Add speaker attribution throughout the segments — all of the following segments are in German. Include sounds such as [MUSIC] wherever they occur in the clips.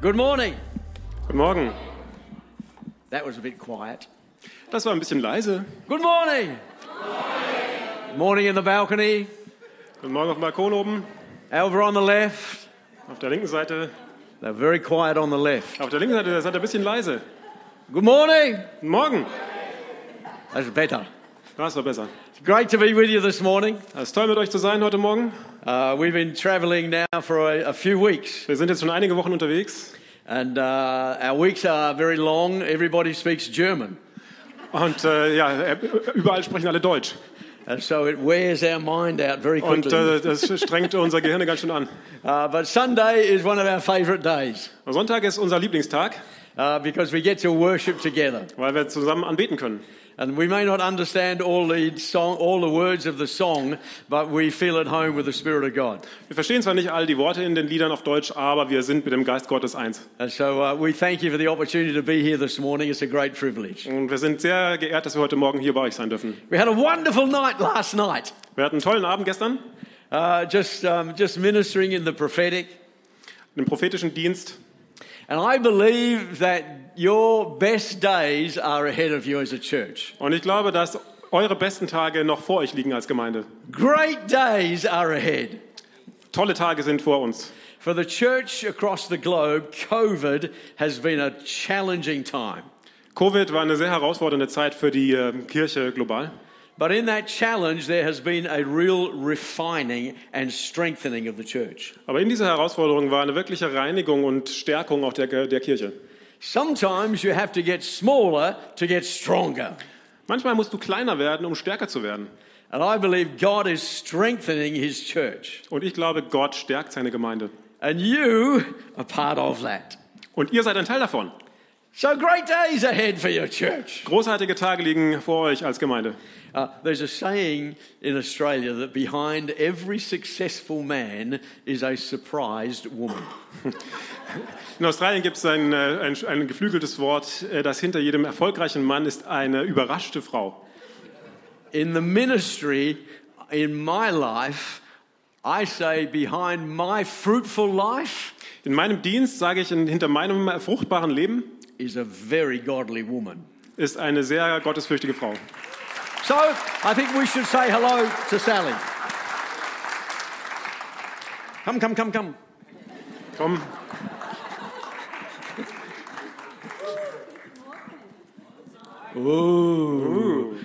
Speaker 1: Good morning.
Speaker 2: Guten Morgen.
Speaker 1: That was a bit quiet.
Speaker 2: Das war ein bisschen leise.
Speaker 1: Good morning. Morning in the balcony.
Speaker 2: Guten Morgen auf dem Balkon oben,
Speaker 1: Over on the left.
Speaker 2: auf der linken Seite.
Speaker 1: They're very quiet on the left.
Speaker 2: Auf der linken Seite, da seid ihr ein bisschen leise.
Speaker 1: Good morning.
Speaker 2: Guten Morgen.
Speaker 1: That's better.
Speaker 2: Das war besser.
Speaker 1: It's great to be with you this morning.
Speaker 2: Es ist toll, mit euch zu sein heute Morgen.
Speaker 1: Uh, we've been traveling now for a, a few weeks,
Speaker 2: Wir sind jetzt schon einige Wochen unterwegs.
Speaker 1: and uh, our weeks are very long. Everybody speaks German,
Speaker 2: Und äh, ja, überall sprechen alle Deutsch.
Speaker 1: and so it wears our mind out very
Speaker 2: Und
Speaker 1: quickly.
Speaker 2: äh, das strengt unser Gehirn ganz schön an.
Speaker 1: Uh, but Sunday is one of our favourite days
Speaker 2: Sonntag ist unser Lieblingstag,
Speaker 1: uh, because we get to worship together.
Speaker 2: weil wir zusammen anbeten können.
Speaker 1: And we may not understand all the song, all the words of the song, but we feel at home with the Spirit of God.
Speaker 2: Wir verstehen zwar nicht all die Worte in den Liedern auf Deutsch, aber wir sind mit dem Geist Gottes eins.
Speaker 1: And so uh, we thank you for the opportunity to be here this morning. It's a great privilege.
Speaker 2: Und wir sind sehr geehrt, dass wir heute Morgen hier bei euch sein dürfen.
Speaker 1: We had a wonderful night last night,
Speaker 2: Wir hatten einen tollen Abend gestern,
Speaker 1: uh, just um, just ministering in the prophetic.
Speaker 2: einen prophetischen Dienst.
Speaker 1: And I believe that your best days are ahead of you as a church.
Speaker 2: Und ich glaube, dass eure besten Tage noch vor euch liegen als Gemeinde.
Speaker 1: Great days are ahead.
Speaker 2: Tolle Tage sind vor uns.
Speaker 1: For the church across the globe, COVID has been a challenging time.
Speaker 2: Covid war eine sehr herausfordernde Zeit für die äh, Kirche global.
Speaker 1: But in that challenge, there has been a real refining and strengthening of the church.
Speaker 2: Aber in dieser Herausforderung war eine wirkliche Reinigung und Stärkung auch der, der Kirche.
Speaker 1: Sometimes you have to get smaller to get stronger.
Speaker 2: Manchmal musst du kleiner werden, um stärker zu werden.
Speaker 1: And I believe God is strengthening his church.
Speaker 2: Und ich glaube, Gott stärkt seine Gemeinde.
Speaker 1: And you are part of that.
Speaker 2: Und ihr seid ein Teil davon.
Speaker 1: So great days ahead for your church.
Speaker 2: Großartige Tage liegen vor euch als Gemeinde. [LAUGHS]
Speaker 1: Uh, there's a saying in Australia that behind every successful man is a surprised woman. [LAUGHS]
Speaker 2: In Australien gibt es ein, äh, ein, ein geflügeltes Wort, äh, das hinter jedem erfolgreichen Mann ist eine überraschte Frau.
Speaker 1: in the ministry, in my life, I say behind my fruitful life
Speaker 2: In meinem Dienst, sage ich, in- hinter meinem fruchtbaren Leben
Speaker 1: is a very godly woman.
Speaker 2: ist eine sehr gottesfürchtige Frau.
Speaker 1: So I think we should say hello to Sally. Come, come, come, come.
Speaker 2: Komm,
Speaker 1: Ooh.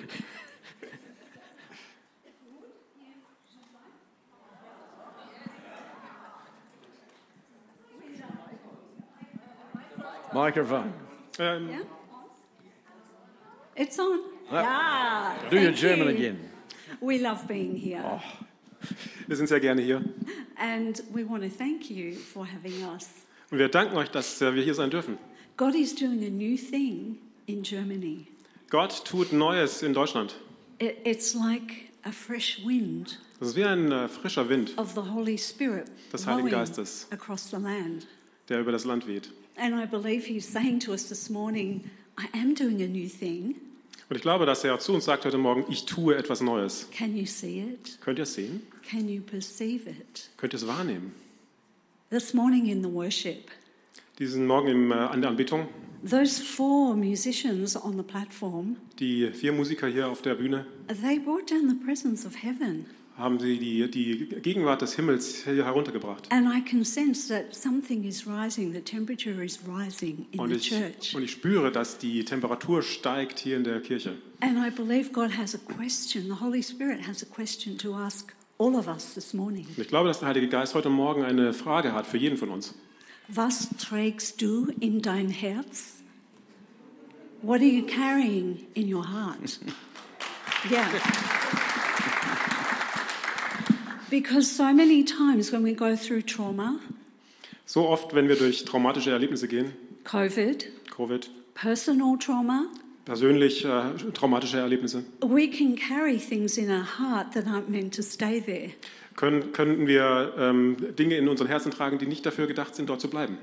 Speaker 1: Microphone.
Speaker 2: ähm,
Speaker 3: It's on. Yeah.
Speaker 1: Ah. Do your
Speaker 3: thank
Speaker 1: German
Speaker 3: you.
Speaker 1: again. Oh.
Speaker 3: We love being here.
Speaker 2: wir sind sehr gerne hier.
Speaker 3: And we want to thank you for having us.
Speaker 2: Und wir danken euch, dass äh, wir hier sein dürfen.
Speaker 3: God is doing a new thing in Germany.
Speaker 2: Gott tut Neues in Deutschland.
Speaker 3: It, it's like a fresh wind
Speaker 2: Das ist wie ein äh, frischer Wind,
Speaker 3: of the Holy Spirit
Speaker 2: Des Heiligen
Speaker 3: blowing
Speaker 2: Geistes.
Speaker 3: across the land.
Speaker 2: der über das Land weht.
Speaker 3: And I believe He's saying to us this morning, I am doing a new thing.
Speaker 2: Und ich glaube, dass er zu uns sagt heute Morgen, ich tue etwas Neues.
Speaker 3: Can you see it?
Speaker 2: Könnt ihr es sehen?
Speaker 3: Can you perceive it?
Speaker 2: Könnt ihr es wahrnehmen?
Speaker 3: This morning in the worship,
Speaker 2: Diesen Morgen im, äh, an der Anbetung,
Speaker 3: those four musicians on the platform
Speaker 2: die vier Musiker hier auf der Bühne,
Speaker 3: They brought down the presence of heaven.
Speaker 2: haben sie die, die Gegenwart des Himmels hier heruntergebracht.
Speaker 3: And I can sense that something is rising, the temperature is rising in
Speaker 2: Und
Speaker 3: the
Speaker 2: ich,
Speaker 3: church.
Speaker 2: und ich spüre, dass die Temperatur steigt hier in der Kirche.
Speaker 3: And I believe God has a question, the Holy Spirit has a question to ask all of us this morning.
Speaker 2: Und ich glaube, dass der Heilige Geist heute Morgen eine Frage hat für jeden von uns.
Speaker 3: Was trägst du in dein Herz? What are you carrying in your heart? yeah. Because so many times when we go through trauma,
Speaker 2: So oft, wenn wir durch traumatische Erlebnisse gehen,
Speaker 3: COVID,
Speaker 2: Covid,
Speaker 3: personal trauma,
Speaker 2: persönlich äh, traumatische Erlebnisse,
Speaker 3: We can carry things in our heart that aren't meant to stay there.
Speaker 2: können, könnten wir ähm, Dinge in unseren Herzen tragen, die nicht dafür gedacht sind, dort zu bleiben.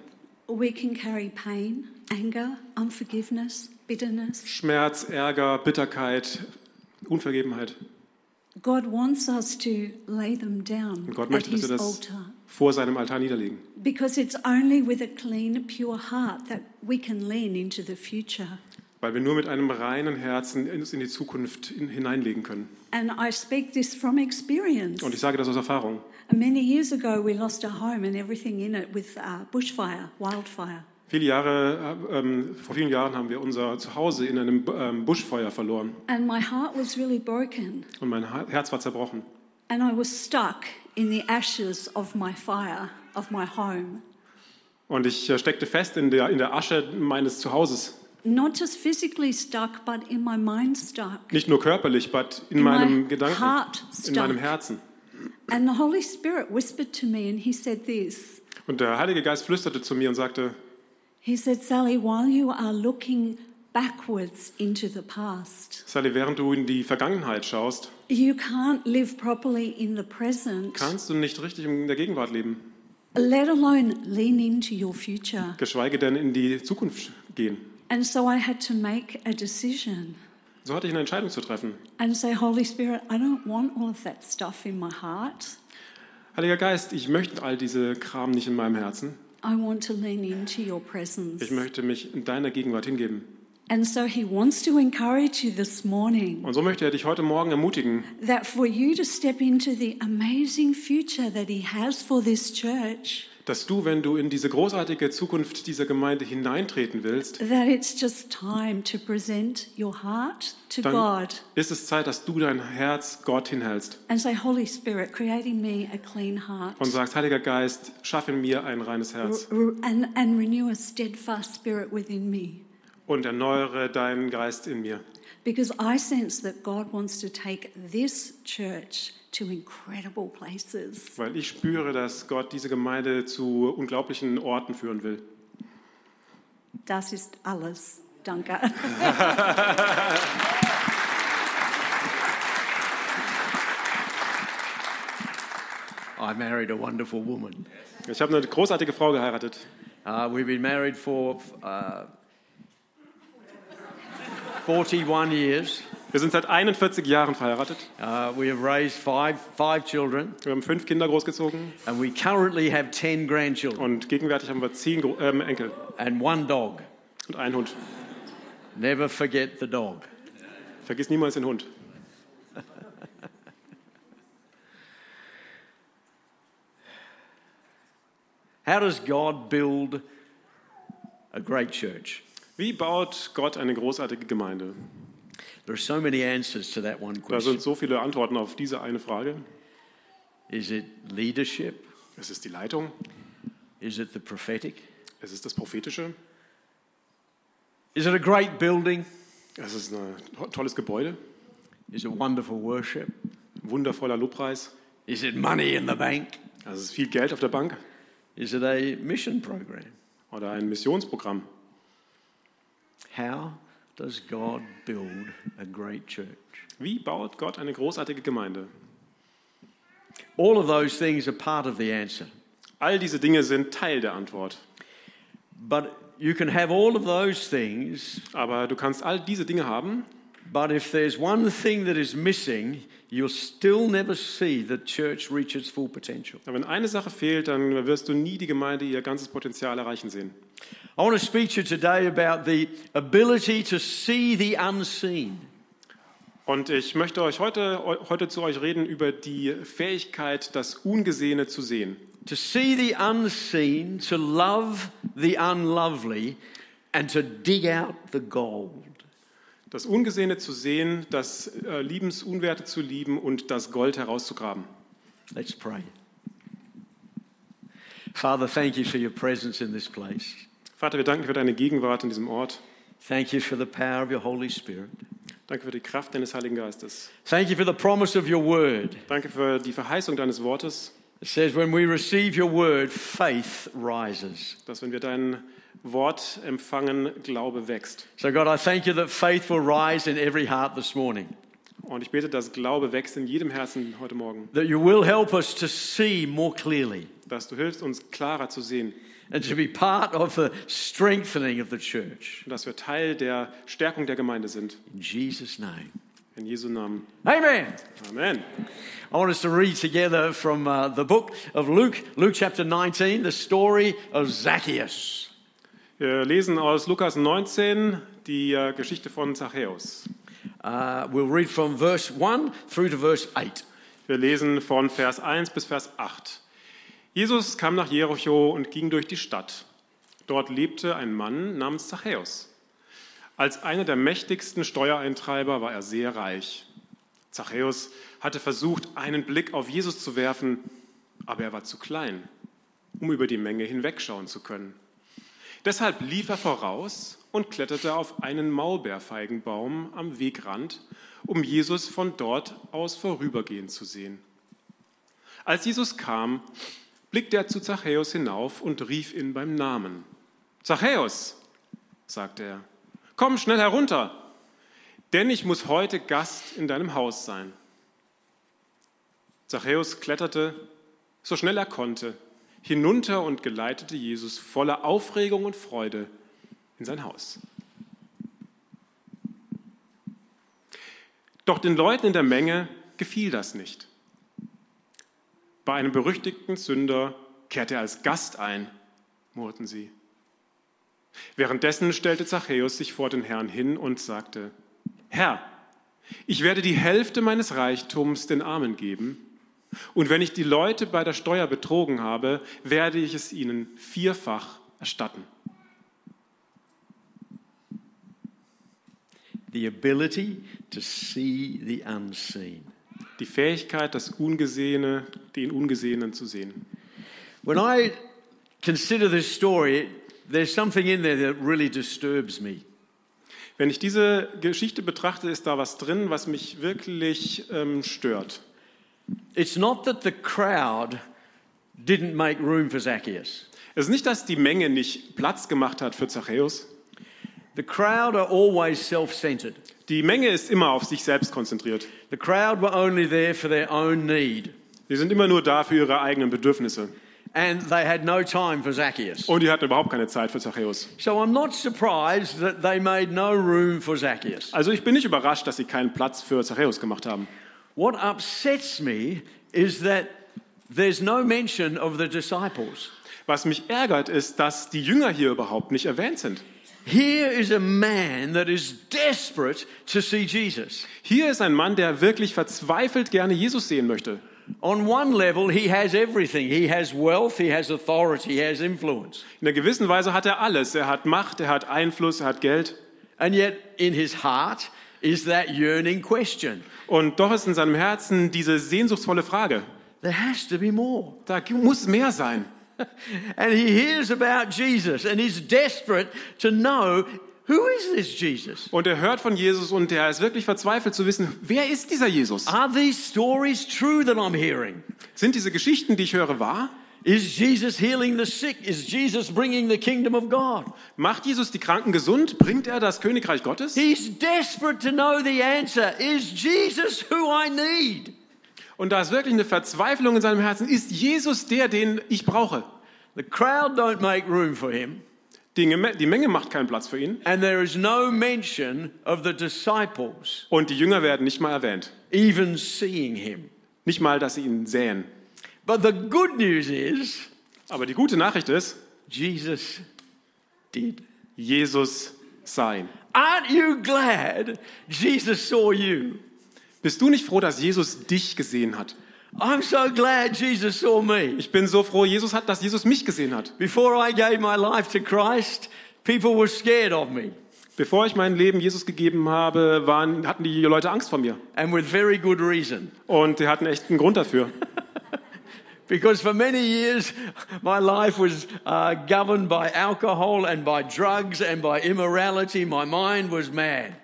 Speaker 3: We can carry pain, anger, unforgiveness, bitterness.
Speaker 2: Schmerz, Ärger, Bitterkeit, Unvergebenheit.
Speaker 3: God wants us to lay them down
Speaker 2: Und Gott
Speaker 3: at
Speaker 2: möchte, dass
Speaker 3: His
Speaker 2: wir das
Speaker 3: altar.
Speaker 2: vor seinem Altar niederlegen.
Speaker 3: Because it's only with a clean, pure heart that we can lean into the future.
Speaker 2: Weil wir nur mit einem reinen Herzen uns in die Zukunft hin- hineinlegen können.
Speaker 3: And I speak this from experience.
Speaker 2: Und ich sage das aus Erfahrung.
Speaker 3: Many years ago, we lost a home and everything in it with uh, bushfire, wildfire.
Speaker 2: Viele Jahre, äh, ähm, vor vielen Jahren haben wir unser Zuhause in einem ähm, Buschfeuer verloren
Speaker 3: And my heart was really broken.
Speaker 2: und mein Ha- Herz war zerbrochen.
Speaker 3: And I was stuck in the ashes of my fire, of my home.
Speaker 2: Und ich äh, steckte fest in der, in der Asche meines Zuhauses.
Speaker 3: Not just physically stuck, but in my mind stuck.
Speaker 2: Nicht nur körperlich, but in,
Speaker 3: In
Speaker 2: meinem
Speaker 3: my
Speaker 2: Gedanken,
Speaker 3: heart
Speaker 2: in meinem
Speaker 3: stuck.
Speaker 2: Herzen.
Speaker 3: And the Holy Spirit whispered to me and he said this.
Speaker 2: Und der Heilige Geist flüsterte zu mir und sagte,
Speaker 3: He said, Sally, while you are looking backwards into the past,
Speaker 2: Sally, während du in die Vergangenheit schaust,
Speaker 3: you can't live properly in the present,
Speaker 2: kannst du nicht richtig in der Gegenwart leben,
Speaker 3: let alone lean into your future.
Speaker 2: geschweige denn in die Zukunft gehen.
Speaker 3: And so I had to make a decision
Speaker 2: So hatte ich eine Entscheidung zu treffen.
Speaker 3: and say, Holy Spirit, I don't want all of that stuff in my heart.
Speaker 2: Heiliger Geist, ich möchte all diese Kram nicht in meinem Herzen.
Speaker 3: I want to lean into your presence.
Speaker 2: Ich möchte mich in deiner Gegenwart hingeben.
Speaker 3: And so he wants to encourage you this morning
Speaker 2: Und so möchte er dich heute Morgen ermutigen,
Speaker 3: that for you to step into the amazing future that he has for this church,
Speaker 2: dass du, wenn du in diese großartige Zukunft dieser Gemeinde hineintreten willst,
Speaker 3: that it's just time to present your heart to
Speaker 2: dann
Speaker 3: God
Speaker 2: ist es Zeit, dass du dein Herz Gott hinhältst
Speaker 3: and say, Holy Spirit, create in me a clean heart
Speaker 2: und sagst, Heiliger Geist, schaffe in mir ein reines
Speaker 3: r-
Speaker 2: Herz
Speaker 3: r- and, and renew a steadfast spirit within me.
Speaker 2: und erneuere deinen Geist in mir.
Speaker 3: Because I sense that God wants to take this church to incredible places.
Speaker 2: Weil ich spüre, dass Gott diese Gemeinde zu unglaublichen Orten führen will.
Speaker 3: Das ist alles. Danke.
Speaker 1: I married a wonderful woman.
Speaker 2: Ich habe eine großartige Frau geheiratet.
Speaker 1: Uh, we've been married for uh, 41 years.
Speaker 2: Wir sind seit 41 Jahren verheiratet.
Speaker 1: Uh, we have raised five, five children,
Speaker 2: Wir haben fünf Kinder großgezogen
Speaker 1: and we currently have 10 grandchildren
Speaker 2: und gegenwärtig haben wir zehn Gro- ähm, Enkel
Speaker 1: and one dog.
Speaker 2: und einen Hund.
Speaker 1: Never forget the dog.
Speaker 2: Vergiss niemals den Hund.
Speaker 1: How does God build a great church?
Speaker 2: Wie baut Gott eine großartige Gemeinde?
Speaker 1: There are so many answers to that one
Speaker 2: Da
Speaker 1: question.
Speaker 2: sind so viele Antworten auf diese eine Frage.
Speaker 1: Is it leadership?
Speaker 2: Es ist die Leitung,
Speaker 1: Is it the prophetic?
Speaker 2: es ist das Prophetische,
Speaker 1: Is it a great building?
Speaker 2: es ist ein to- tolles Gebäude,
Speaker 1: Is it wonderful worship?
Speaker 2: wundervoller Lobpreis,
Speaker 1: Is it money in the bank?
Speaker 2: also es ist viel Geld auf der Bank
Speaker 1: Is it a mission program?
Speaker 2: oder ein Missionsprogramm.
Speaker 1: How does God build a great church?
Speaker 2: Wie baut Gott eine großartige Gemeinde?
Speaker 1: All of those things are part of the answer.
Speaker 2: All diese Dinge sind Teil der Antwort.
Speaker 1: But you can have all of those things,
Speaker 2: Aber du kannst all diese Dinge haben,
Speaker 1: but if there's one thing that is missing, you'll still never see the church reach its full potential.
Speaker 2: aber wenn eine Sache fehlt, dann wirst du nie die Gemeinde ihr ganzes Potenzial erreichen sehen.
Speaker 1: I want to speak to you today about the ability to see the unseen.
Speaker 2: Und ich möchte euch heute, heute zu euch reden über die Fähigkeit, das Ungesehene zu sehen.
Speaker 1: To see the unseen, to love the unlovely, and to dig out the gold.
Speaker 2: Das Ungesehene zu sehen, das äh, Liebensunwerte zu lieben und das Gold herauszugraben.
Speaker 1: Let's pray. Father, thank you for your presence in this place.
Speaker 2: Vater, wir danken für deine Gegenwart in diesem Ort.
Speaker 1: Thank you for the power of your Holy Spirit.
Speaker 2: Danke für die Kraft deines Heiligen Geistes.
Speaker 1: Thank you for the promise of your word.
Speaker 2: Danke für die Verheißung deines Wortes,
Speaker 1: It says, when we receive your word, faith rises.
Speaker 2: dass wenn wir dein Wort empfangen, Glaube wächst.
Speaker 1: So, God, I thank you that faith will rise in every heart this morning,
Speaker 2: Und ich bete, dass Glaube wächst in jedem Herzen heute Morgen,
Speaker 1: that you will help us to see more clearly
Speaker 2: dass du hilfst, uns klarer zu sehen
Speaker 1: and to be part of the strengthening of the church.
Speaker 2: und dass wir Teil der Stärkung der Gemeinde sind.
Speaker 1: In Jesus' name,
Speaker 2: In In Jesu Namen.
Speaker 1: Amen.
Speaker 2: Amen.
Speaker 1: I want us to read together from uh, the book of Luke, Luke chapter 19, the story of Zacchaeus.
Speaker 2: Wir lesen aus Lukas 19 die äh, Geschichte von Zachäus.
Speaker 1: Uh, we'll read from verse 1 through to verse 8.
Speaker 2: Wir lesen von Vers 1 bis Vers 8. Jesus kam nach Jericho und ging durch die Stadt. Dort lebte ein Mann namens Zachäus. Als einer der mächtigsten Steuereintreiber war er sehr reich. Zachäus hatte versucht, einen Blick auf Jesus zu werfen, aber er war zu klein, um über die Menge hinwegschauen zu können. Deshalb lief er voraus und kletterte auf einen Maulbeerfeigenbaum am Wegrand, um Jesus von dort aus vorübergehen zu sehen. Als Jesus kam, blickte er zu Zachäus hinauf und rief ihn beim Namen. Zachäus, sagte er, komm schnell herunter, denn ich muss heute Gast in deinem Haus sein. Zachäus kletterte, so schnell er konnte, hinunter und geleitete Jesus voller Aufregung und Freude in sein Haus. Doch den Leuten in der Menge gefiel das nicht. Bei einem berüchtigten Sünder kehrte er als Gast ein, murrten sie. Währenddessen stellte Zachäus sich vor den Herrn hin und sagte, Herr, ich werde die Hälfte meines Reichtums den Armen geben, und wenn ich die Leute bei der Steuer betrogen habe, werde ich es ihnen vierfach erstatten.
Speaker 1: The ability to see the unseen.
Speaker 2: Die Fähigkeit, das Ungesehene, den Ungesehenen zu sehen.
Speaker 1: When I consider this story, there's something in there that really disturbs me.
Speaker 2: Wenn ich diese Geschichte betrachte, ist da was drin, was mich wirklich ähm, stört.
Speaker 1: It's not that the crowd didn't make room for Zacchaeus.
Speaker 2: Es ist nicht, dass die Menge nicht Platz gemacht hat für Zachäus.
Speaker 1: The crowd are always self centered.
Speaker 2: Die Menge ist immer auf sich selbst konzentriert.
Speaker 1: The crowd were only there for their own need,
Speaker 2: Sie sind immer nur da für ihre eigenen Bedürfnisse.
Speaker 1: and they had no time for Zacchaeus.
Speaker 2: Und die hatten überhaupt keine Zeit für Zachäus.
Speaker 1: So I'm not surprised that they made no room for Zacchaeus.
Speaker 2: Also ich bin nicht überrascht, dass sie keinen Platz für Zachäus gemacht haben.
Speaker 1: What upsets me is that there's no mention of the disciples.
Speaker 2: Was mich ärgert, ist, dass die Jünger hier überhaupt nicht erwähnt sind.
Speaker 1: Here is a man that is desperate to see Jesus.
Speaker 2: Hier ist ein Mann, der wirklich verzweifelt gerne Jesus sehen möchte.
Speaker 1: On one level, he has everything. He has wealth, he has authority, he has influence.
Speaker 2: In einer gewissen Weise hat er alles. Er hat Macht, er hat Einfluss, er hat Geld.
Speaker 1: And yet, in his heart is that yearning question
Speaker 2: Und doch ist in seinem Herzen diese sehnsuchtsvolle Frage.
Speaker 1: there has to be more.
Speaker 2: Da muss mehr sein.
Speaker 1: [LAUGHS] And he hears about Jesus and is desperate to know who is this Jesus?
Speaker 2: Und er hört von Jesus und er ist wirklich verzweifelt zu wissen, wer ist dieser Jesus?
Speaker 1: Are these stories true that I'm hearing?
Speaker 2: Sind diese Geschichten, die ich höre, wahr?
Speaker 1: Is Jesus healing the sick? Is Jesus bringing the kingdom of God?
Speaker 2: Macht Jesus die Kranken gesund? Bringt er das Königreich Gottes?
Speaker 1: He's desperate to know the answer. Is Jesus who I need?
Speaker 2: Und da ist wirklich eine Verzweiflung in seinem Herzen. Ist Jesus der, den ich brauche?
Speaker 1: The crowd don't make room for him,
Speaker 2: Die Geme- die Menge macht keinen Platz für ihn.
Speaker 1: and there is no mention of the disciples
Speaker 2: Und die Jünger werden nicht mal erwähnt.
Speaker 1: even seeing him.
Speaker 2: Nicht mal, dass sie ihn säen.
Speaker 1: But the good news is,
Speaker 2: Aber die gute Nachricht ist,
Speaker 1: Jesus did.
Speaker 2: Jesus sah ihn.
Speaker 1: Aren't you glad Jesus saw you?
Speaker 2: Bist du nicht froh, dass Jesus dich gesehen hat?
Speaker 1: I'm so glad Jesus saw me.
Speaker 2: Ich bin so froh, Jesus hat, dass Jesus mich gesehen hat.
Speaker 1: Before I gave my life to Christ, people were scared of me,
Speaker 2: Bevor ich mein Leben Jesus gegeben habe, waren, hatten die Leute Angst vor mir.
Speaker 1: and with very good reason.
Speaker 2: Und die hatten echt einen Grund dafür.
Speaker 1: Because for many years, [LAUGHS] my life was uh, governed by alcohol and by drugs and by immorality. My mind was mad.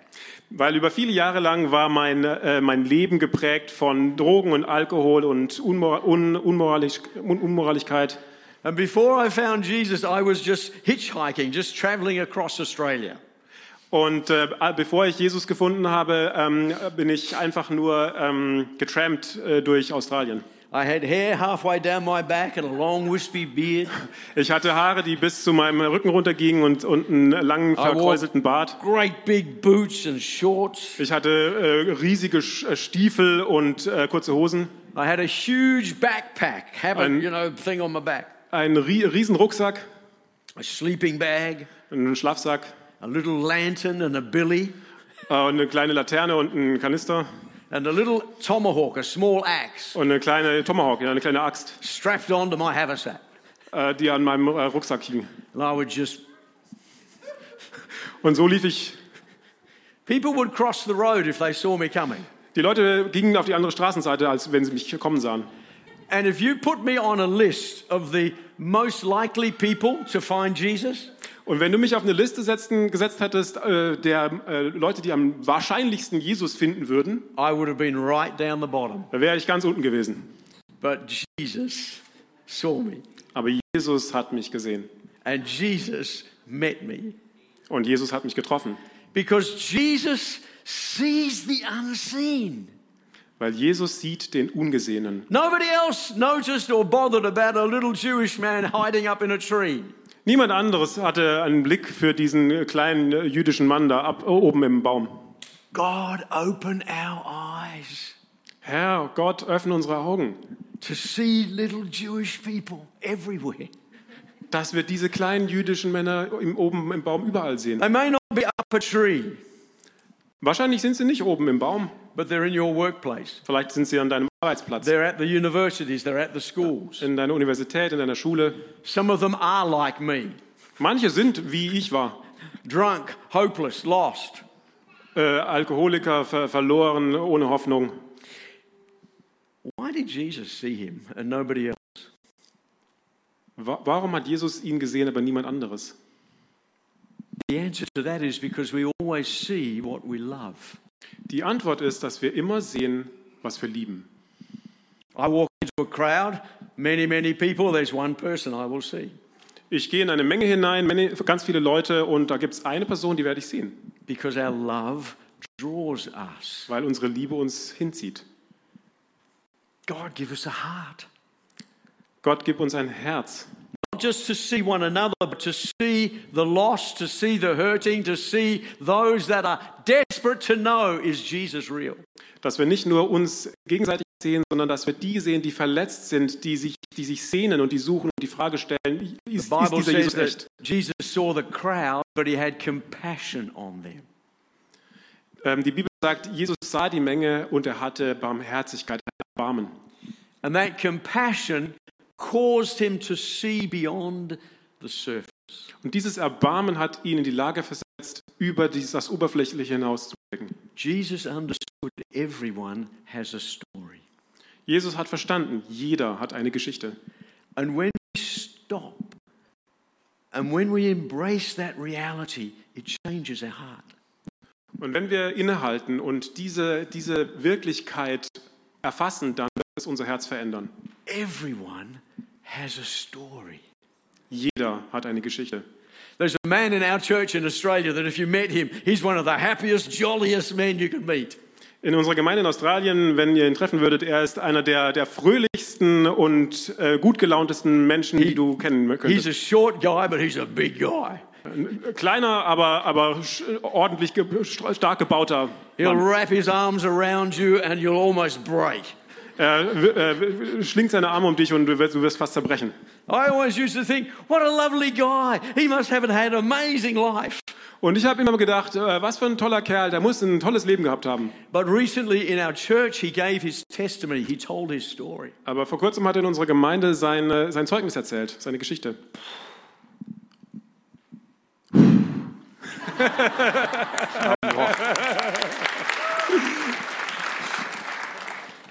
Speaker 2: Weil über viele Jahre lang war mein, äh, mein Leben geprägt von Drogen und Alkohol und Unmor un Unmoralisch un Unmoraligkeit.
Speaker 1: And before I found Jesus, I was just hitchhiking, just traveling across Australia.
Speaker 2: Und äh, bevor ich Jesus gefunden habe, ähm, bin ich einfach nur ähm, getrampt äh, durch Australien.
Speaker 1: I had hair halfway down my back and a long wispy beard.
Speaker 2: Ich hatte Haare, die bis zu meinem Rücken runtergingen und, und einen langen,
Speaker 1: wore-
Speaker 2: verkräuselten Bart.
Speaker 1: Great big boots and shorts.
Speaker 2: Ich hatte äh, riesige Sch- äh, Stiefel und äh, kurze Hosen.
Speaker 1: I had a huge backpack, habit,
Speaker 2: Ein-
Speaker 1: you know, thing on my back.
Speaker 2: Einen ri riesen Rucksack,
Speaker 1: A sleeping bag,
Speaker 2: einen Schlafsack,
Speaker 1: a little lantern and a billy,
Speaker 2: äh, eine kleine Laterne und einen Kanister
Speaker 1: and a little tomahawk, a small axe,
Speaker 2: und eine kleine Tomahawk, ja, eine kleine Axt,
Speaker 1: strapped onto my haversack.
Speaker 2: äh, die an meinem äh, Rucksack hing.
Speaker 1: And I would just,
Speaker 2: Und so lief ich.
Speaker 1: people would cross the road if they saw me coming.
Speaker 2: Die Leute gingen auf die andere Straßenseite, als wenn sie mich kommen sahen.
Speaker 1: And if you put me on a list of the most likely people to find Jesus,
Speaker 2: Und wenn du mich auf eine Liste setzen, gesetzt hättest, äh, der äh, Leute, die am wahrscheinlichsten Jesus finden würden,
Speaker 1: I would have been right down the bottom.
Speaker 2: dann wäre ich ganz unten gewesen.
Speaker 1: But Jesus saw me,
Speaker 2: Aber Jesus hat mich gesehen.
Speaker 1: and Jesus met me.
Speaker 2: Und Jesus hat mich getroffen.
Speaker 1: Because Jesus sees the unseen.
Speaker 2: Weil Jesus sieht den Ungesehenen.
Speaker 1: Nobody else noticed or bothered about a little Jewish man hiding up in a tree.
Speaker 2: Niemand anderes hatte einen Blick für diesen äh, kleinen äh, jüdischen Mann da ab, oben im Baum.
Speaker 1: God, open our eyes
Speaker 2: Herr Gott, öffne unsere Augen,
Speaker 1: to see little Jewish people everywhere.
Speaker 2: dass wir diese kleinen jüdischen Männer im, oben im Baum überall sehen.
Speaker 1: They may not be up a tree,
Speaker 2: Wahrscheinlich sind sie nicht oben im Baum.
Speaker 1: but they're in your workplace.
Speaker 2: Vielleicht sind sie an deinem Arbeitsplatz,
Speaker 1: They're at the universities, they're at the schools.
Speaker 2: in deiner Universität, in deiner Schule.
Speaker 1: Some of them are like me
Speaker 2: Manche sind, wie ich war,
Speaker 1: drunk, hopeless, lost.
Speaker 2: äh, Alkoholiker, ver verloren, ohne Hoffnung.
Speaker 1: Why did Jesus see him and nobody else?
Speaker 2: Wa warum hat Jesus ihn gesehen, aber niemand anderes?
Speaker 1: The answer to that is because we always see what we love.
Speaker 2: Die Antwort ist, dass wir immer sehen, was wir lieben.
Speaker 1: I walk into a crowd, many, many people, there's one person I will see
Speaker 2: Ich gehe in eine Menge hinein, many- ganz viele Leute, und da gibt es eine Person, die werde ich sehen,
Speaker 1: because our love draws us.
Speaker 2: weil unsere Liebe uns hinzieht.
Speaker 1: God, give us a heart.
Speaker 2: Gott, gib uns ein Herz.
Speaker 1: Not just to see one another, but to see the lost, to see the hurting, to see those that are desperate to know is Jesus real?
Speaker 2: Dass wir nicht nur uns gegenseitig sehen, sondern dass wir die sehen, die verletzt sind, die sich, die sich sehnen und die suchen und die Frage stellen, ist, ist
Speaker 1: Bible
Speaker 2: dieser
Speaker 1: says
Speaker 2: Jesus
Speaker 1: that
Speaker 2: echt?
Speaker 1: Jesus saw the crowd, but he had compassion on them.
Speaker 2: Ähm, die Bibel sagt, Jesus sah die Menge und er hatte Barmherzigkeit, Erbarmen.
Speaker 1: And that compassion caused him to see beyond the surface.
Speaker 2: Und dieses Erbarmen hat ihn in die Lage versetzt, über dieses, das Oberflächliche hinaus zu blicken.
Speaker 1: Jesus understood everyone has a story.
Speaker 2: Jesus hat verstanden, jeder hat eine Geschichte.
Speaker 1: And when we stop and when we embrace that reality, it changes our heart.
Speaker 2: Und wenn wir innehalten und diese, diese Wirklichkeit erfassen, dann wird es unser Herz verändern.
Speaker 1: Everyone has a story.
Speaker 2: Jeder hat eine Geschichte.
Speaker 1: There's a man in our church in Australia that if you met him, he's one of the happiest, jolliest men you could meet.
Speaker 2: In unserer Gemeinde in Australien, wenn ihr ihn treffen würdet, er ist einer der, der fröhlichsten und äh, gut gelauntesten Menschen, die du kennen
Speaker 1: He's
Speaker 2: könntest.
Speaker 1: a short guy, but he's a big guy.
Speaker 2: Kleiner, aber, aber sch- ordentlich ge st- stark gebauter.
Speaker 1: He'll
Speaker 2: Mann.
Speaker 1: wrap his arms around you and you'll almost break.
Speaker 2: Er w- äh, w- schlingt seine Arme um dich und du wirst, du wirst fast zerbrechen.
Speaker 1: I always used to think, what a lovely guy. He must have had an amazing life.
Speaker 2: Und ich habe immer gedacht, äh, was für ein toller Kerl, der muss ein tolles Leben gehabt haben.
Speaker 1: But recently in our church, he gave his testimony. He told his story.
Speaker 2: Aber vor kurzem hat er in unserer Gemeinde sein, äh, sein Zeugnis erzählt, seine Geschichte.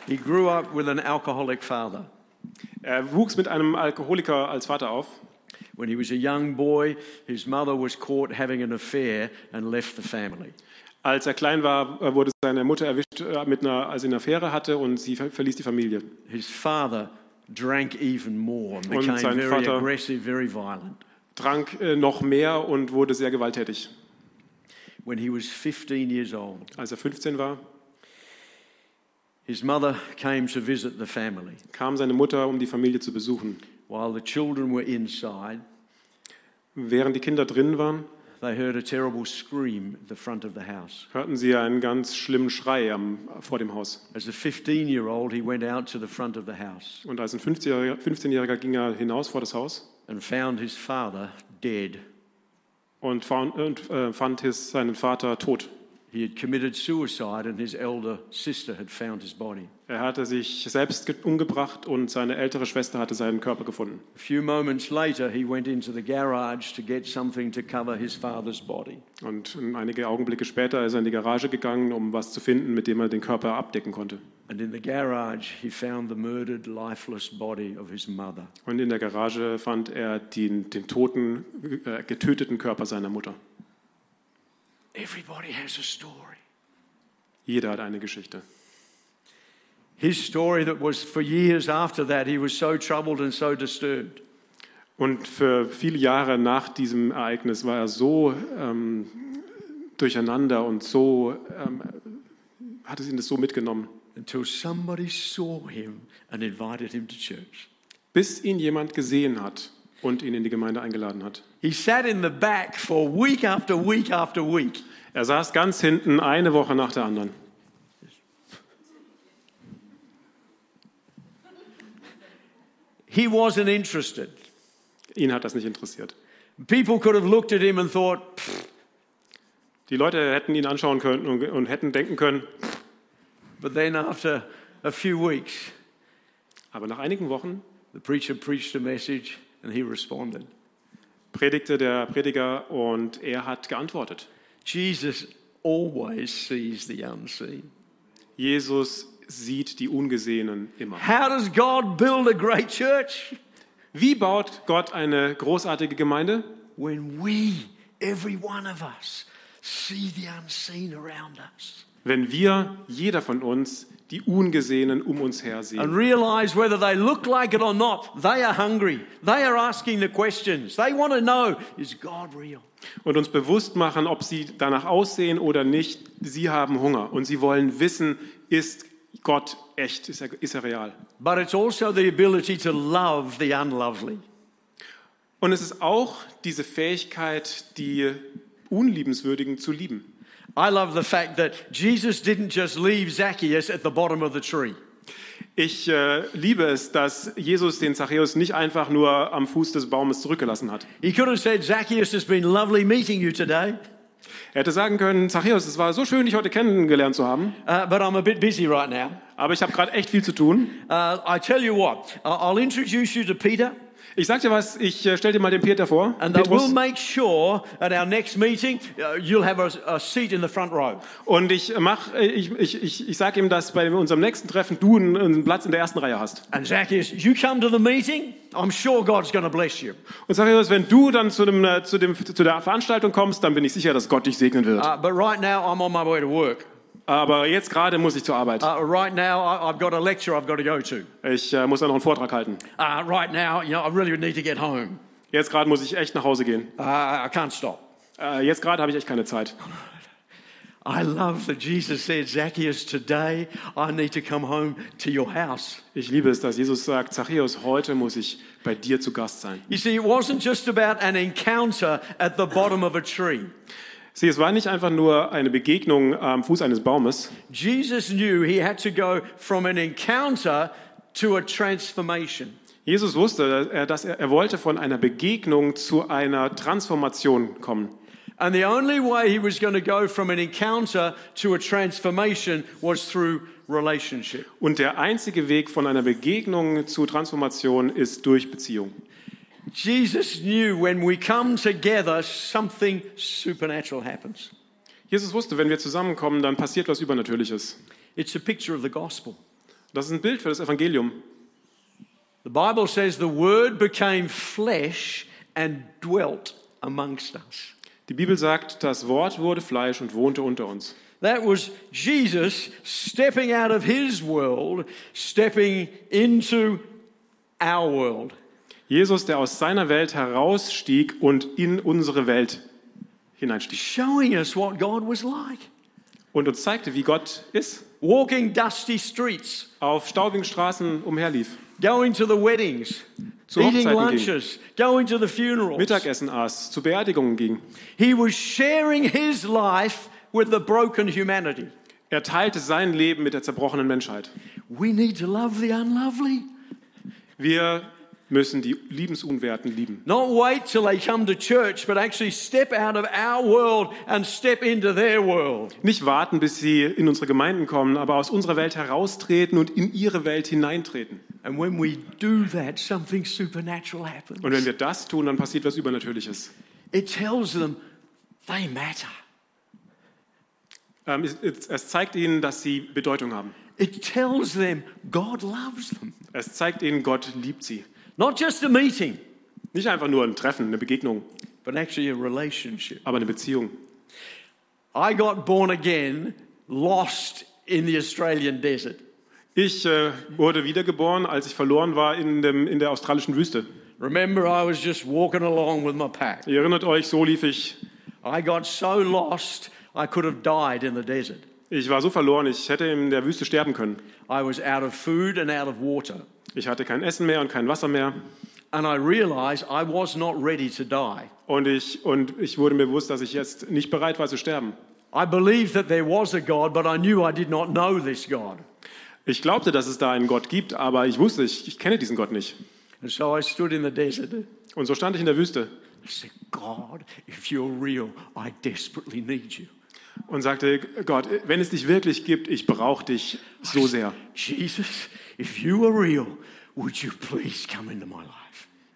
Speaker 1: He grew up with an alcoholic father.
Speaker 2: Er wuchs mit einem Alkoholiker als Vater auf.
Speaker 1: When he was a young boy, his mother was caught having an affair and left the family.
Speaker 2: Als er klein war, äh, wurde seine Mutter erwischt, äh, mit einer, als sie eine Affäre hatte und sie ver verließ die Familie.
Speaker 1: His father drank even more and
Speaker 2: Und
Speaker 1: became
Speaker 2: sein
Speaker 1: very
Speaker 2: Vater-
Speaker 1: aggressive, very violent.
Speaker 2: Trank äh, noch mehr und wurde sehr gewalttätig.
Speaker 1: When he was 15 years old,
Speaker 2: Als er 15 war,
Speaker 1: His mother came to visit the family.
Speaker 2: kam seine Mutter, um die Familie zu besuchen.
Speaker 1: While the children were inside,
Speaker 2: Während die Kinder drin waren,
Speaker 1: they heard a terrible scream at the front of the house.
Speaker 2: hörten sie einen ganz schlimmen Schrei am, vor dem Haus.
Speaker 1: As a 15 year old, he went out to the front of the house
Speaker 2: Und als ein 15-Jähriger 15-Jähriger ging er hinaus vor das Haus
Speaker 1: and found his father dead.
Speaker 2: und fand, und, äh, fand his, seinen Vater tot.
Speaker 1: He had committed suicide, and his elder sister had found his body.
Speaker 2: Er hatte sich selbst ge- umgebracht und seine ältere Schwester hatte seinen Körper gefunden.
Speaker 1: A few moments later, he went into the garage to get something to cover his father's body.
Speaker 2: Und einige Augenblicke später ist er in die Garage gegangen, um was zu finden, mit dem er den Körper abdecken konnte.
Speaker 1: And in the garage, he found the murdered, lifeless body of his mother.
Speaker 2: Und in der Garage fand er den, den toten, äh, getöteten Körper seiner Mutter.
Speaker 1: Everybody has a story.
Speaker 2: Jeder hat eine Geschichte.
Speaker 1: His story that was for years after that, he was so troubled and so disturbed.
Speaker 2: Und für viele Jahre nach diesem Ereignis war er so ähm, durcheinander und so ähm, hat es ihn das so mitgenommen,
Speaker 1: until somebody saw him and invited him to church.
Speaker 2: bis ihn jemand gesehen hat und ihn in die Gemeinde eingeladen hat.
Speaker 1: He sat in the back for week after week after week.
Speaker 2: Er saß ganz hinten, eine Woche nach der anderen.
Speaker 1: He wasn't interested.
Speaker 2: Ihn hat das nicht interessiert.
Speaker 1: People could have looked at him and thought, "Pfft,"
Speaker 2: Die Leute hätten ihn anschauen können und, und hätten denken können,
Speaker 1: but then after a few weeks,
Speaker 2: aber nach einigen Wochen
Speaker 1: the preacher preached a message and he responded.
Speaker 2: predigte der Prediger und er hat geantwortet.
Speaker 1: Jesus always sees the unseen.
Speaker 2: Jesus sieht die Ungesehenen immer.
Speaker 1: How does God build a great church?
Speaker 2: Wie baut Gott eine großartige Gemeinde?
Speaker 1: When we, every one of us, see the unseen around us
Speaker 2: Wenn wir, jeder von uns, die Ungesehenen um uns her
Speaker 1: and
Speaker 2: sehen
Speaker 1: realize whether they look like it or not, they are hungry. They are asking the questions. They want to know is God real?
Speaker 2: und uns bewusst machen, ob sie danach aussehen oder nicht, sie haben Hunger und sie wollen wissen, ist Gott echt, ist er, ist er real.
Speaker 1: But it's also the ability to love the unlovely.
Speaker 2: Und es ist auch diese Fähigkeit, die Unliebenswürdigen zu lieben.
Speaker 1: I love the fact that Jesus didn't just leave Zacchaeus at the bottom of the tree.
Speaker 2: Ich äh, liebe es, dass Jesus den Zachäus nicht einfach nur am Fuß des Baumes zurückgelassen hat.
Speaker 1: He could have said, Zacchaeus, it's been lovely meeting you today,
Speaker 2: Er hätte sagen können, Zachäus, es war so schön, dich heute kennengelernt zu haben,
Speaker 1: uh, but I'm a bit busy right now.
Speaker 2: aber ich habe gerade echt viel zu tun.
Speaker 1: Uh, I tell you what, I- I'll introduce you to Peter,
Speaker 2: Ich sag dir was, ich äh, stell dir mal den Peter vor.
Speaker 1: and I will
Speaker 2: Petrus,
Speaker 1: make sure at our next meeting uh, you'll have a, a seat in the front row.
Speaker 2: und ich mach, äh, ich, ich, ich, ich sag ihm, dass bei unserem nächsten Treffen du einen, einen Platz in der ersten Reihe hast.
Speaker 1: And Zacchaeus, you come to the meeting, I'm sure God's going to bless you.
Speaker 2: Und Zachäus, wenn du dann zu, dem, äh, zu, dem, zu der Veranstaltung kommst, dann bin ich sicher, dass Gott dich segnen wird.
Speaker 1: Uh, but right now, I'm on my way to work.
Speaker 2: Aber jetzt gerade muss ich zur Arbeit.
Speaker 1: Uh, right now, I, I've got a lecture I've got to go to.
Speaker 2: Ich äh, muss dann noch einen Vortrag halten.
Speaker 1: Uh, right now, you know, I really need to get home.
Speaker 2: Jetzt gerade muss ich echt nach Hause gehen.
Speaker 1: Uh, I can't stop.
Speaker 2: Äh, jetzt gerade habe ich echt keine Zeit.
Speaker 1: I love that Jesus said, Zacchaeus, today I need to come home to your house.
Speaker 2: Ich liebe es, dass Jesus sagt, Zachäus, heute muss ich bei dir zu Gast sein.
Speaker 1: You see, it wasn't just about an encounter at the bottom of a tree.
Speaker 2: Sieh, es war nicht einfach nur eine Begegnung am Fuß eines Baumes.
Speaker 1: Jesus knew he had to go from an encounter to a transformation.
Speaker 2: Jesus wusste, äh, dass er, er wollte von einer Begegnung zu einer Transformation kommen.
Speaker 1: And the only way he was going to go from an encounter to a transformation was through relationship.
Speaker 2: Und der einzige Weg von einer Begegnung zu Transformation ist durch Beziehung.
Speaker 1: Jesus knew when we come together, something supernatural happens.
Speaker 2: Jesus wusste, wenn wir zusammenkommen, dann passiert was Übernatürliches.
Speaker 1: It's a picture of the gospel.
Speaker 2: Das ist ein Bild für das Evangelium.
Speaker 1: The Bible says the word became flesh and dwelt amongst us.
Speaker 2: Die Bibel sagt, das Wort wurde Fleisch und wohnte unter uns.
Speaker 1: That was Jesus stepping out of his world, stepping into our world.
Speaker 2: Jesus, der aus seiner Welt herausstieg und in unsere Welt hineinstieg
Speaker 1: showing us what God was like.
Speaker 2: und uns zeigte, wie Gott ist.
Speaker 1: walking dusty streets,
Speaker 2: auf staubigen Straßen umherlief,
Speaker 1: going to the weddings,
Speaker 2: Zu
Speaker 1: eating
Speaker 2: Hochzeiten ging.
Speaker 1: lunches, going to the funerals.
Speaker 2: Mittagessen aß, zu Beerdigungen ging.
Speaker 1: He was sharing his life with the broken humanity.
Speaker 2: Er teilte sein Leben mit der zerbrochenen Menschheit.
Speaker 1: We need to love the unlovely,
Speaker 2: Wir müssen die Liebensunwerten lieben.
Speaker 1: not wait till they come to church, but actually step out of our world and step into their world.
Speaker 2: Nicht warten, bis sie in unsere Gemeinden kommen, aber aus unserer Welt heraustreten und in ihre Welt hineintreten.
Speaker 1: And when we do that, something supernatural happens.
Speaker 2: Und wenn wir das tun, dann passiert was Übernatürliches.
Speaker 1: It tells them they matter.
Speaker 2: Ähm, es- Es es zeigt ihnen, dass sie Bedeutung haben.
Speaker 1: It tells them God loves them.
Speaker 2: Es zeigt ihnen, Gott liebt sie.
Speaker 1: Not just a meeting,
Speaker 2: Nicht einfach nur ein Treffen, eine Begegnung,
Speaker 1: but actually a relationship.
Speaker 2: aber eine Beziehung.
Speaker 1: I got born again, lost in the Australian desert.
Speaker 2: Ich äh, wurde wiedergeboren, als ich verloren war in, dem, in der australischen Wüste.
Speaker 1: Remember, I was just walking along with my pack.
Speaker 2: Ihr erinnert euch, so lief ich.
Speaker 1: I got so lost, I could have died in the desert.
Speaker 2: Ich war so verloren, ich hätte in der Wüste sterben können.
Speaker 1: I was out of food and out of water.
Speaker 2: Ich hatte kein Essen mehr und kein Wasser mehr.
Speaker 1: And I realized I was not ready to die.
Speaker 2: Und ich, und ich wurde mir bewusst, dass ich jetzt nicht bereit war zu sterben.
Speaker 1: I believed that there was a God, but I knew I did not know this God.
Speaker 2: Ich glaubte, dass es da einen Gott gibt, aber ich wusste, ich, ich kenne diesen Gott nicht.
Speaker 1: And so I stood in the desert. I
Speaker 2: Und so stand ich in der Wüste
Speaker 1: said, God, if you're real, I desperately need you.
Speaker 2: und sagte, Gott, wenn es dich wirklich gibt, ich brauche dich so sehr.
Speaker 1: Jesus, if you are real, would you please come into my life?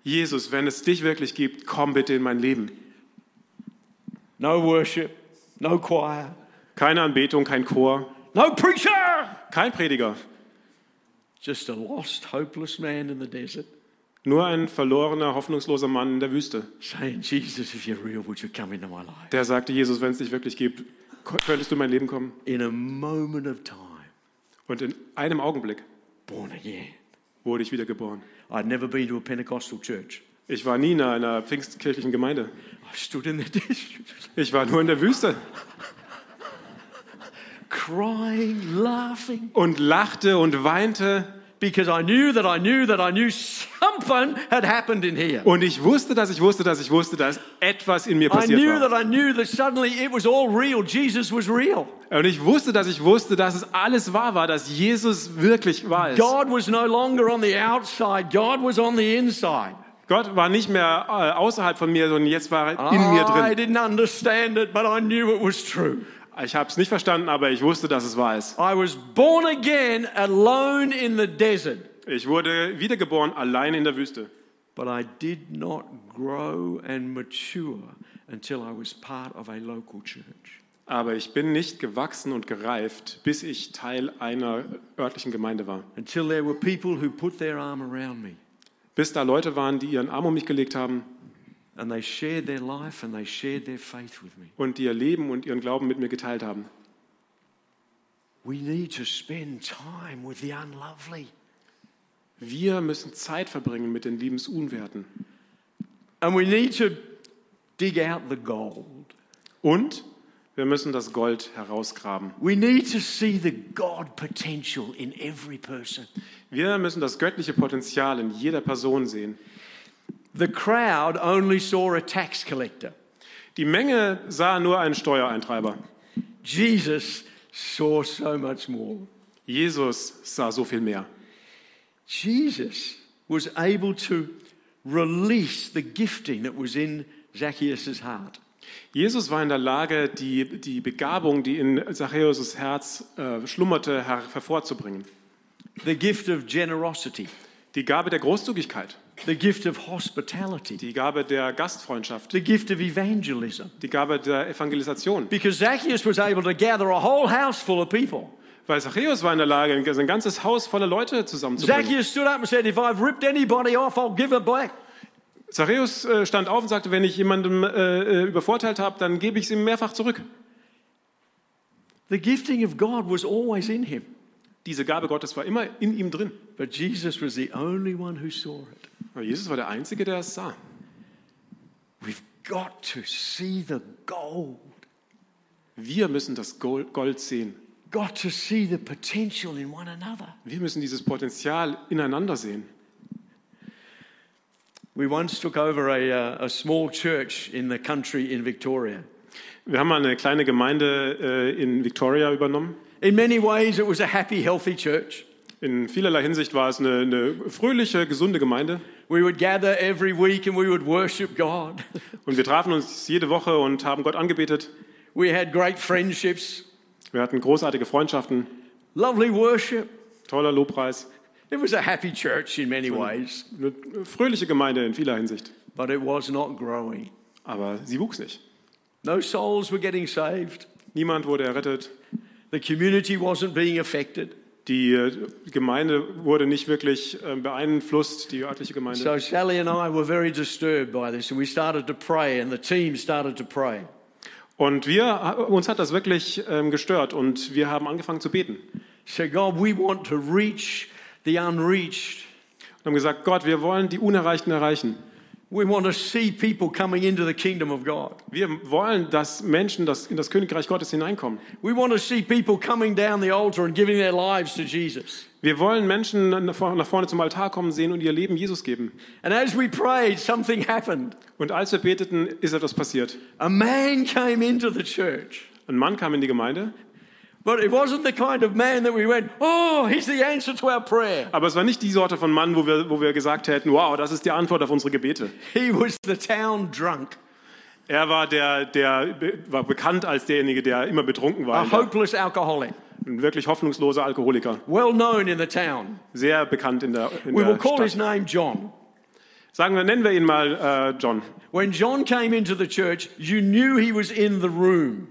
Speaker 2: Jesus, wenn es dich wirklich gibt, komm bitte in mein Leben.
Speaker 1: No worship, no choir,
Speaker 2: Keine Anbetung, kein Chor,
Speaker 1: no preacher,
Speaker 2: kein Prediger,
Speaker 1: just a lost, hopeless man in the desert.
Speaker 2: nur ein verlorener, hoffnungsloser Mann in der Wüste,
Speaker 1: saying, Jesus, if you're real, would you come into my life?
Speaker 2: der sagte, Jesus, wenn es dich wirklich gibt, ko- könntest du in mein Leben kommen.
Speaker 1: In a moment of time,
Speaker 2: Und in einem Augenblick
Speaker 1: born again.
Speaker 2: wurde ich wiedergeboren.
Speaker 1: I'd never been to a Pentecostal church.
Speaker 2: Ich war nie in einer pfingstkirchlichen Gemeinde.
Speaker 1: I stood in the [LAUGHS] desert,
Speaker 2: Ich war nur in der Wüste
Speaker 1: crying, laughing,
Speaker 2: und lachte und weinte
Speaker 1: because I knew that I knew that I knew something had happened in here.
Speaker 2: Und ich wusste, dass ich wusste, dass ich wusste, dass etwas in mir
Speaker 1: I
Speaker 2: passiert
Speaker 1: knew that
Speaker 2: war.
Speaker 1: I knew that suddenly it was all real. Jesus was real.
Speaker 2: Und ich wusste, dass ich wusste, dass es alles wahr war, dass Jesus wirklich wahr ist.
Speaker 1: God was no longer on the outside, God was on the inside.
Speaker 2: Gott war nicht mehr äh, außerhalb von mir, sondern jetzt war er in mir
Speaker 1: I
Speaker 2: drin.
Speaker 1: didn't understand it, but I knew it was true.
Speaker 2: Ich habe es nicht verstanden, aber ich wusste, dass es wahr ist.
Speaker 1: I was born again alone in the desert.
Speaker 2: Ich wurde wiedergeboren, allein in der Wüste.
Speaker 1: But I did not grow and mature until I was part of a local church.
Speaker 2: Aber ich bin nicht gewachsen und gereift, bis ich Teil einer örtlichen Gemeinde war.
Speaker 1: Until there were people who put their arm around me
Speaker 2: Bis da Leute waren, die ihren Arm um mich gelegt haben
Speaker 1: and they shared their life and they shared their faith with me.
Speaker 2: und die ihr Leben und ihren Glauben mit mir geteilt haben.
Speaker 1: We need to spend time with the unlovely.
Speaker 2: Wir müssen Zeit verbringen mit den Liebensunwerten.
Speaker 1: And we need to dig out the gold.
Speaker 2: Und wir müssen das Gold herausgraben.
Speaker 1: We need to see the God potential in every person.
Speaker 2: Wir müssen das göttliche Potenzial in jeder Person sehen.
Speaker 1: The crowd only saw a tax collector,
Speaker 2: Die Menge sah nur einen Steuereintreiber.
Speaker 1: Jesus saw so much more.
Speaker 2: Jesus sah so viel mehr.
Speaker 1: Jesus was able to release the gifting that was in Zacchaeus' heart.
Speaker 2: Jesus war in der Lage, die, die Begabung, die in Zachäus' Herz äh, schlummerte, her hervorzubringen.
Speaker 1: The gift of generosity,
Speaker 2: Die Gabe der Großzügigkeit,
Speaker 1: the gift of hospitality,
Speaker 2: die Gabe der Gastfreundschaft,
Speaker 1: the gift of evangelism.
Speaker 2: die Gabe der Evangelisation.
Speaker 1: Because Zacchaeus was able to gather a whole house full of people.
Speaker 2: Weil Zachäus war in der Lage, sein ganzes Haus voller Leute zusammenzubringen.
Speaker 1: Zacchaeus stood up and said, If I've ripped anybody off, I'll give it back.
Speaker 2: Zachäus äh, stand auf und sagte, wenn ich jemandem äh, äh, übervorteilt habe, dann gebe ich es ihm mehrfach zurück.
Speaker 1: The gifting of God was always in him,
Speaker 2: Diese Gabe Gottes war immer in ihm drin.
Speaker 1: but Jesus was the only one who saw it.
Speaker 2: Aber Jesus war der Einzige, der es sah.
Speaker 1: We've got to see the gold.
Speaker 2: Wir müssen das Gol- Gold sehen.
Speaker 1: got to see the potential in one another.
Speaker 2: Wir müssen dieses Potenzial ineinander sehen.
Speaker 1: We once took over a, uh, a small church in the country in Victoria.
Speaker 2: Wir haben mal eine kleine Gemeinde äh, in Victoria übernommen.
Speaker 1: In many ways, it was a happy, healthy church.
Speaker 2: In vielerlei Hinsicht war es eine, eine fröhliche, gesunde Gemeinde.
Speaker 1: We would gather every week and we would worship God. [LAUGHS]
Speaker 2: Und wir trafen uns jede Woche und haben Gott angebetet.
Speaker 1: We had great friendships,
Speaker 2: Wir hatten großartige Freundschaften,
Speaker 1: lovely worship.
Speaker 2: toller Lobpreis.
Speaker 1: It was a happy church in many ways,
Speaker 2: Eine fröhliche Gemeinde in vieler Hinsicht.
Speaker 1: but it was not growing.
Speaker 2: Aber sie wuchs nicht.
Speaker 1: No souls were getting saved.
Speaker 2: Niemand wurde errettet.
Speaker 1: The community wasn't being affected.
Speaker 2: Die äh, Gemeinde wurde nicht wirklich äh, beeinflusst, die örtliche Gemeinde.
Speaker 1: So Sally and I were very disturbed by this, and we started to pray, and the team started to pray.
Speaker 2: Und wir, äh, uns hat das wirklich ähm, gestört und wir haben angefangen zu beten. Und
Speaker 1: So God, we want to reach the unreached.
Speaker 2: haben gesagt, Gott, wir wollen die Unerreichten erreichen.
Speaker 1: We want to see people coming into the kingdom of God.
Speaker 2: Wir wollen, dass Menschen das, in das Königreich Gottes hineinkommen.
Speaker 1: We want to see people coming down the altar and giving their lives to Jesus.
Speaker 2: Wir wollen Menschen nach vor- nach vorne zum Altar kommen sehen und ihr Leben Jesus geben.
Speaker 1: And as we prayed, something happened.
Speaker 2: Und als wir beteten, ist etwas passiert.
Speaker 1: A man came into the church,
Speaker 2: Ein Mann kam in die Gemeinde,
Speaker 1: but it wasn't the kind of man that we went, oh, he's the answer to our prayer.
Speaker 2: aber es war nicht die Sorte von Mann, wo wir, wo wir gesagt hätten, wow, das ist die Antwort auf unsere Gebete.
Speaker 1: He was the town drunk,
Speaker 2: Er war, der, der, war bekannt als derjenige, der immer betrunken
Speaker 1: a
Speaker 2: war.
Speaker 1: hopeless alcoholic,
Speaker 2: Ein wirklich hoffnungsloser Alkoholiker.
Speaker 1: well known in the town.
Speaker 2: Sehr bekannt in der, in
Speaker 1: We will
Speaker 2: der
Speaker 1: call
Speaker 2: Stadt.
Speaker 1: his name John.
Speaker 2: Sagen wir, nennen wir ihn mal äh, John.
Speaker 1: When John came into the church, you knew he was in the room.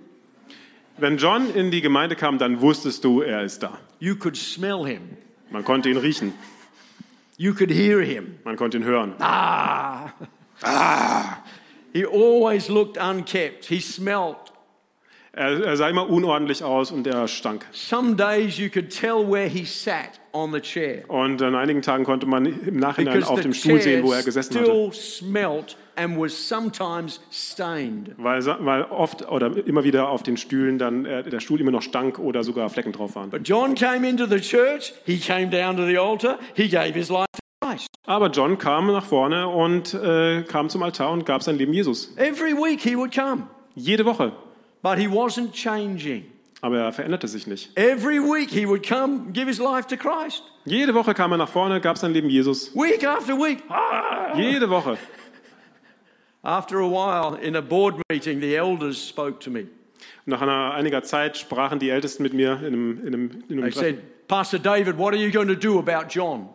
Speaker 2: Wenn John in die Gemeinde kam, dann wusstest du, er ist da.
Speaker 1: You could smell him,
Speaker 2: Man konnte ihn riechen,
Speaker 1: you could hear him.
Speaker 2: man konnte ihn hören.
Speaker 1: Ah! Ah! He always looked unkept, he smelt.
Speaker 2: Er, er sah immer unordentlich aus und er stank.
Speaker 1: Some days you could tell where he sat on the chair.
Speaker 2: Und an einigen Tagen konnte man im Nachhinein
Speaker 1: Because
Speaker 2: auf
Speaker 1: the
Speaker 2: dem Stuhl sehen, wo
Speaker 1: chair
Speaker 2: er gesessen hatte.
Speaker 1: still smelt and was sometimes stained.
Speaker 2: Weil, sa- weil oft oder immer wieder auf den Stühlen dann äh, der Stuhl immer noch stank oder sogar Flecken drauf waren.
Speaker 1: But John came into the church, he came down to the altar, he gave his life to Christ.
Speaker 2: Aber John kam nach vorne und äh, kam zum Altar und gab sein Leben Jesus.
Speaker 1: Every week he would come,
Speaker 2: Jede Woche.
Speaker 1: but he wasn't changing.
Speaker 2: Aber er veränderte sich nicht.
Speaker 1: Every week he would come, give his life to Christ.
Speaker 2: Jede Woche kam er nach vorne, gab sein Leben Jesus.
Speaker 1: Week after week. Ah!
Speaker 2: Jede Woche.
Speaker 1: After a while, in a board meeting, the elders spoke to me.
Speaker 2: Nach einer, einiger Zeit sprachen die Ältesten mit mir in einem, in einem, in einem
Speaker 1: They
Speaker 2: Treffen.
Speaker 1: said, Pastor David, what are you going to do about John?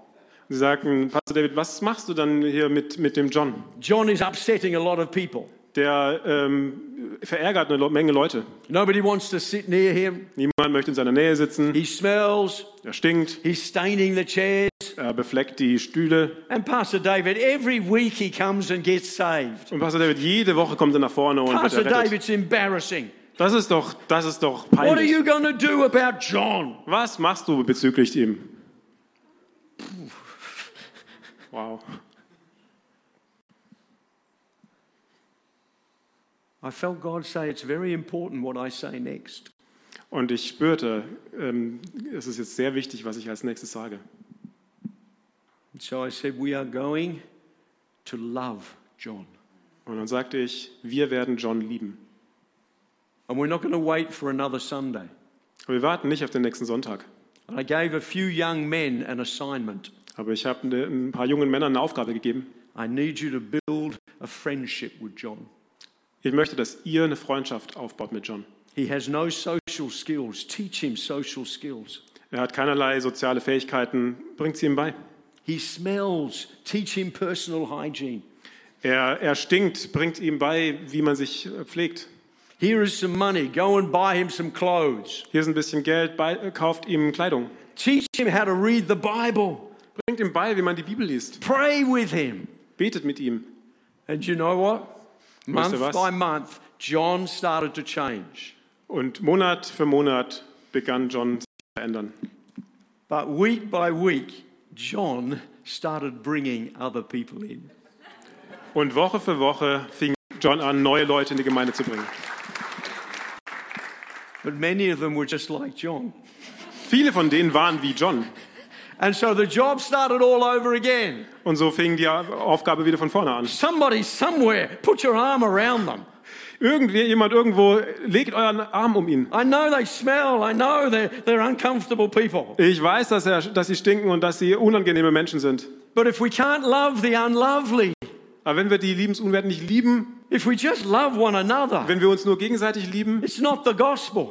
Speaker 2: Sie sagten, Pastor David, was machst du dann hier mit, mit dem John?
Speaker 1: John is upsetting a lot of people.
Speaker 2: Der ähm, verärgert eine Le- Menge Leute.
Speaker 1: Nobody wants to sit near him.
Speaker 2: Niemand möchte in seiner Nähe sitzen.
Speaker 1: He smells,
Speaker 2: Er stinkt.
Speaker 1: he's staining the chairs.
Speaker 2: Er befleckt die Stühle.
Speaker 1: And Pastor David, every week he comes and gets saved.
Speaker 2: Und Pastor David, jede Woche kommt er nach vorne und wird
Speaker 1: Pastor
Speaker 2: errettet.
Speaker 1: David's embarrassing.
Speaker 2: Das ist doch, das ist doch
Speaker 1: What are
Speaker 2: peinlich.
Speaker 1: you going to do about John?
Speaker 2: Was machst du bezüglich ihm? Wow.
Speaker 1: I felt God say it's very important what I say next.
Speaker 2: Und ich spürte, ähm, es ist jetzt sehr wichtig, was ich als nächstes sage.
Speaker 1: And so I said, We are going to love John.
Speaker 2: Und dann sagte ich, wir werden John lieben.
Speaker 1: And we're not going to wait for another Sunday.
Speaker 2: Aber wir warten nicht auf den nächsten Sonntag.
Speaker 1: And I gave a few young men an assignment.
Speaker 2: Aber ich habe ne- ein paar jungen Männern eine Aufgabe gegeben.
Speaker 1: I need you to build a friendship with John.
Speaker 2: Ich möchte, dass ihr eine Freundschaft aufbaut mit John.
Speaker 1: He has no social skills. Teach him social skills.
Speaker 2: Er hat keinerlei soziale Fähigkeiten, bringt sie ihm bei.
Speaker 1: He smells. Teach him personal hygiene.
Speaker 2: Er, er stinkt, bringt ihm bei, wie man sich äh, pflegt.
Speaker 1: Here is some money. Go and buy him some clothes.
Speaker 2: Hier ist ein bisschen Geld, bei, äh, kauft ihm Kleidung.
Speaker 1: Teach him how to read the Bible.
Speaker 2: Bringt ihm bei, wie man die Bibel liest.
Speaker 1: Pray with him.
Speaker 2: Betet mit ihm.
Speaker 1: And you know what? Month
Speaker 2: was?
Speaker 1: by month, John started to change.
Speaker 2: Und Monat für Monat begann John sich zu verändern.
Speaker 1: But week by week, John started bringing other people in.
Speaker 2: Und Woche für Woche fing John an, neue Leute in die Gemeinde zu bringen.
Speaker 1: But many of them were just like John.
Speaker 2: Viele von denen waren wie John.
Speaker 1: And so the job started all over again.
Speaker 2: Und so fing die Aufgabe wieder von vorne an.
Speaker 1: Somebody somewhere put your arm around them.
Speaker 2: Irgendwie jemand irgendwo, legt euren Arm um ihn.
Speaker 1: I know they smell. I know they're, they're uncomfortable people.
Speaker 2: Ich weiß, dass, er, dass sie stinken und dass sie unangenehme Menschen sind.
Speaker 1: But if we can't love the unlovely,
Speaker 2: Aber wenn wir die Liebensunwert nicht lieben,
Speaker 1: if we just love one another,
Speaker 2: wenn wir uns nur gegenseitig lieben,
Speaker 1: it's not the gospel.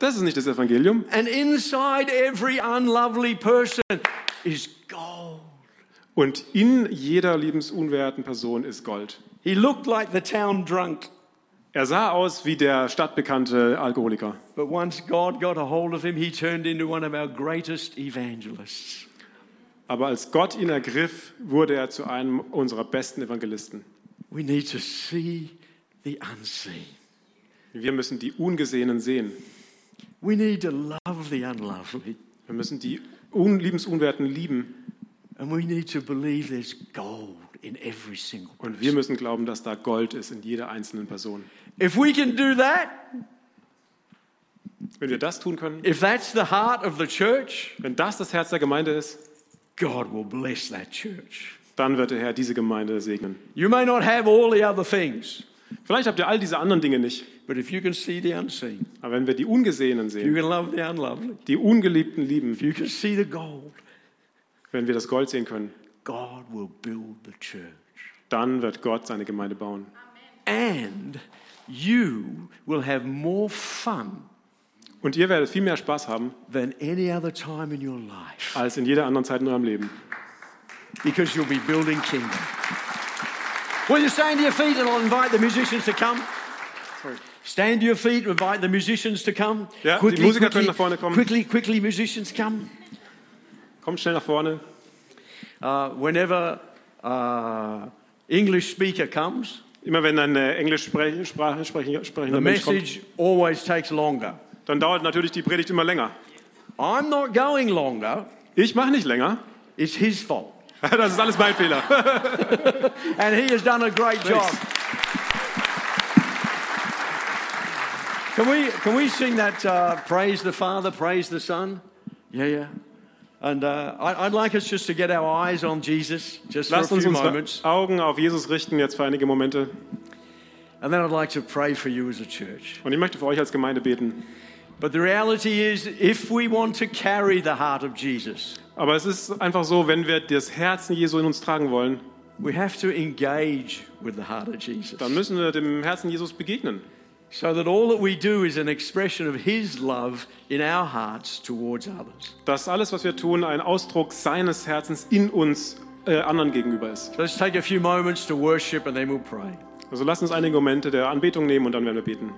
Speaker 2: das ist nicht das Evangelium.
Speaker 1: And inside every unlovely person is gold.
Speaker 2: Und in jeder liebensunwerten Person ist Gold.
Speaker 1: He looked like the town drunk.
Speaker 2: Er sah aus wie der stadtbekannte Alkoholiker.
Speaker 1: But once God got a hold of him, he turned into one of our greatest evangelists.
Speaker 2: Aber als Gott ihn ergriff, wurde er zu einem unserer besten Evangelisten.
Speaker 1: We need to see the unseen.
Speaker 2: Wir müssen die Ungesehenen sehen.
Speaker 1: We need to love the unlovely.
Speaker 2: Wir müssen die Un Liebensunwerten lieben.
Speaker 1: And we need to believe there's gold in every single person.
Speaker 2: Und wir müssen glauben, dass da Gold ist in jeder einzelnen Person.
Speaker 1: If we can do that,
Speaker 2: Wenn wir das tun können,
Speaker 1: if that's the heart of the church,
Speaker 2: wenn das das Herz der Gemeinde ist,
Speaker 1: God will bless that church.
Speaker 2: dann wird der Herr diese Gemeinde segnen.
Speaker 1: You may not have all the other things,
Speaker 2: Vielleicht habt ihr all diese anderen Dinge nicht,
Speaker 1: but if you can see the unseen,
Speaker 2: aber wenn wir die Ungesehenen
Speaker 1: if you
Speaker 2: sehen,
Speaker 1: can love the unlovely,
Speaker 2: die Ungeliebten lieben,
Speaker 1: if you can see the gold,
Speaker 2: wenn wir das Gold sehen können,
Speaker 1: God will build the church.
Speaker 2: dann wird Gott seine Gemeinde bauen.
Speaker 1: and you will have more fun
Speaker 2: Und ihr werdet viel mehr Spaß haben
Speaker 1: than any other time in your life
Speaker 2: als in jeder anderen Zeit in eurem Leben,
Speaker 1: because you'll be building kingdom. Will you stand to your feet and I'll invite the musicians to come? Stand to your feet, invite the musicians to come.
Speaker 2: Ja, die Musiker können nach vorne kommen.
Speaker 1: quickly, quickly, musicians come.
Speaker 2: Kommt schnell nach vorne.
Speaker 1: Uh, whenever uh, English speaker comes,
Speaker 2: Immer wenn ein äh, englisch sprech, sprach, sprech, sprechender
Speaker 1: the
Speaker 2: Mensch kommt,
Speaker 1: message always takes longer.
Speaker 2: dann dauert natürlich die Predigt immer länger.
Speaker 1: I'm not going longer.
Speaker 2: Ich mache nicht länger. [LAUGHS]
Speaker 1: It's his fault.
Speaker 2: Das ist alles mein Fehler.
Speaker 1: And he has done a great job. Can we, can we sing that uh, Praise the Father, Praise the Son? Yeah, yeah. And uh, I, I'd like us just to get our eyes on Jesus just
Speaker 2: [LAUGHS] Lasst
Speaker 1: for a
Speaker 2: uns
Speaker 1: few
Speaker 2: unsere
Speaker 1: moments.
Speaker 2: Augen auf Jesus richten jetzt für einige Momente.
Speaker 1: And then I'd like to pray for you as a church.
Speaker 2: Und ich möchte für euch als Gemeinde beten.
Speaker 1: But the reality is, if we want to carry the heart of Jesus,
Speaker 2: Aber es ist einfach so, wenn wir das Herzen Jesu in uns tragen wollen,
Speaker 1: we have to engage with the heart of Jesus
Speaker 2: dann müssen wir dem Herzen Jesus begegnen.
Speaker 1: so that all that we do is an expression of his love in our hearts towards others.
Speaker 2: Dass alles, was wir tun, ein Ausdruck seines Herzens in uns äh, anderen gegenüber ist.
Speaker 1: Let's take a few moments to worship and then we'll pray.
Speaker 2: Also lasst uns einige Momente der Anbetung nehmen und dann werden wir beten.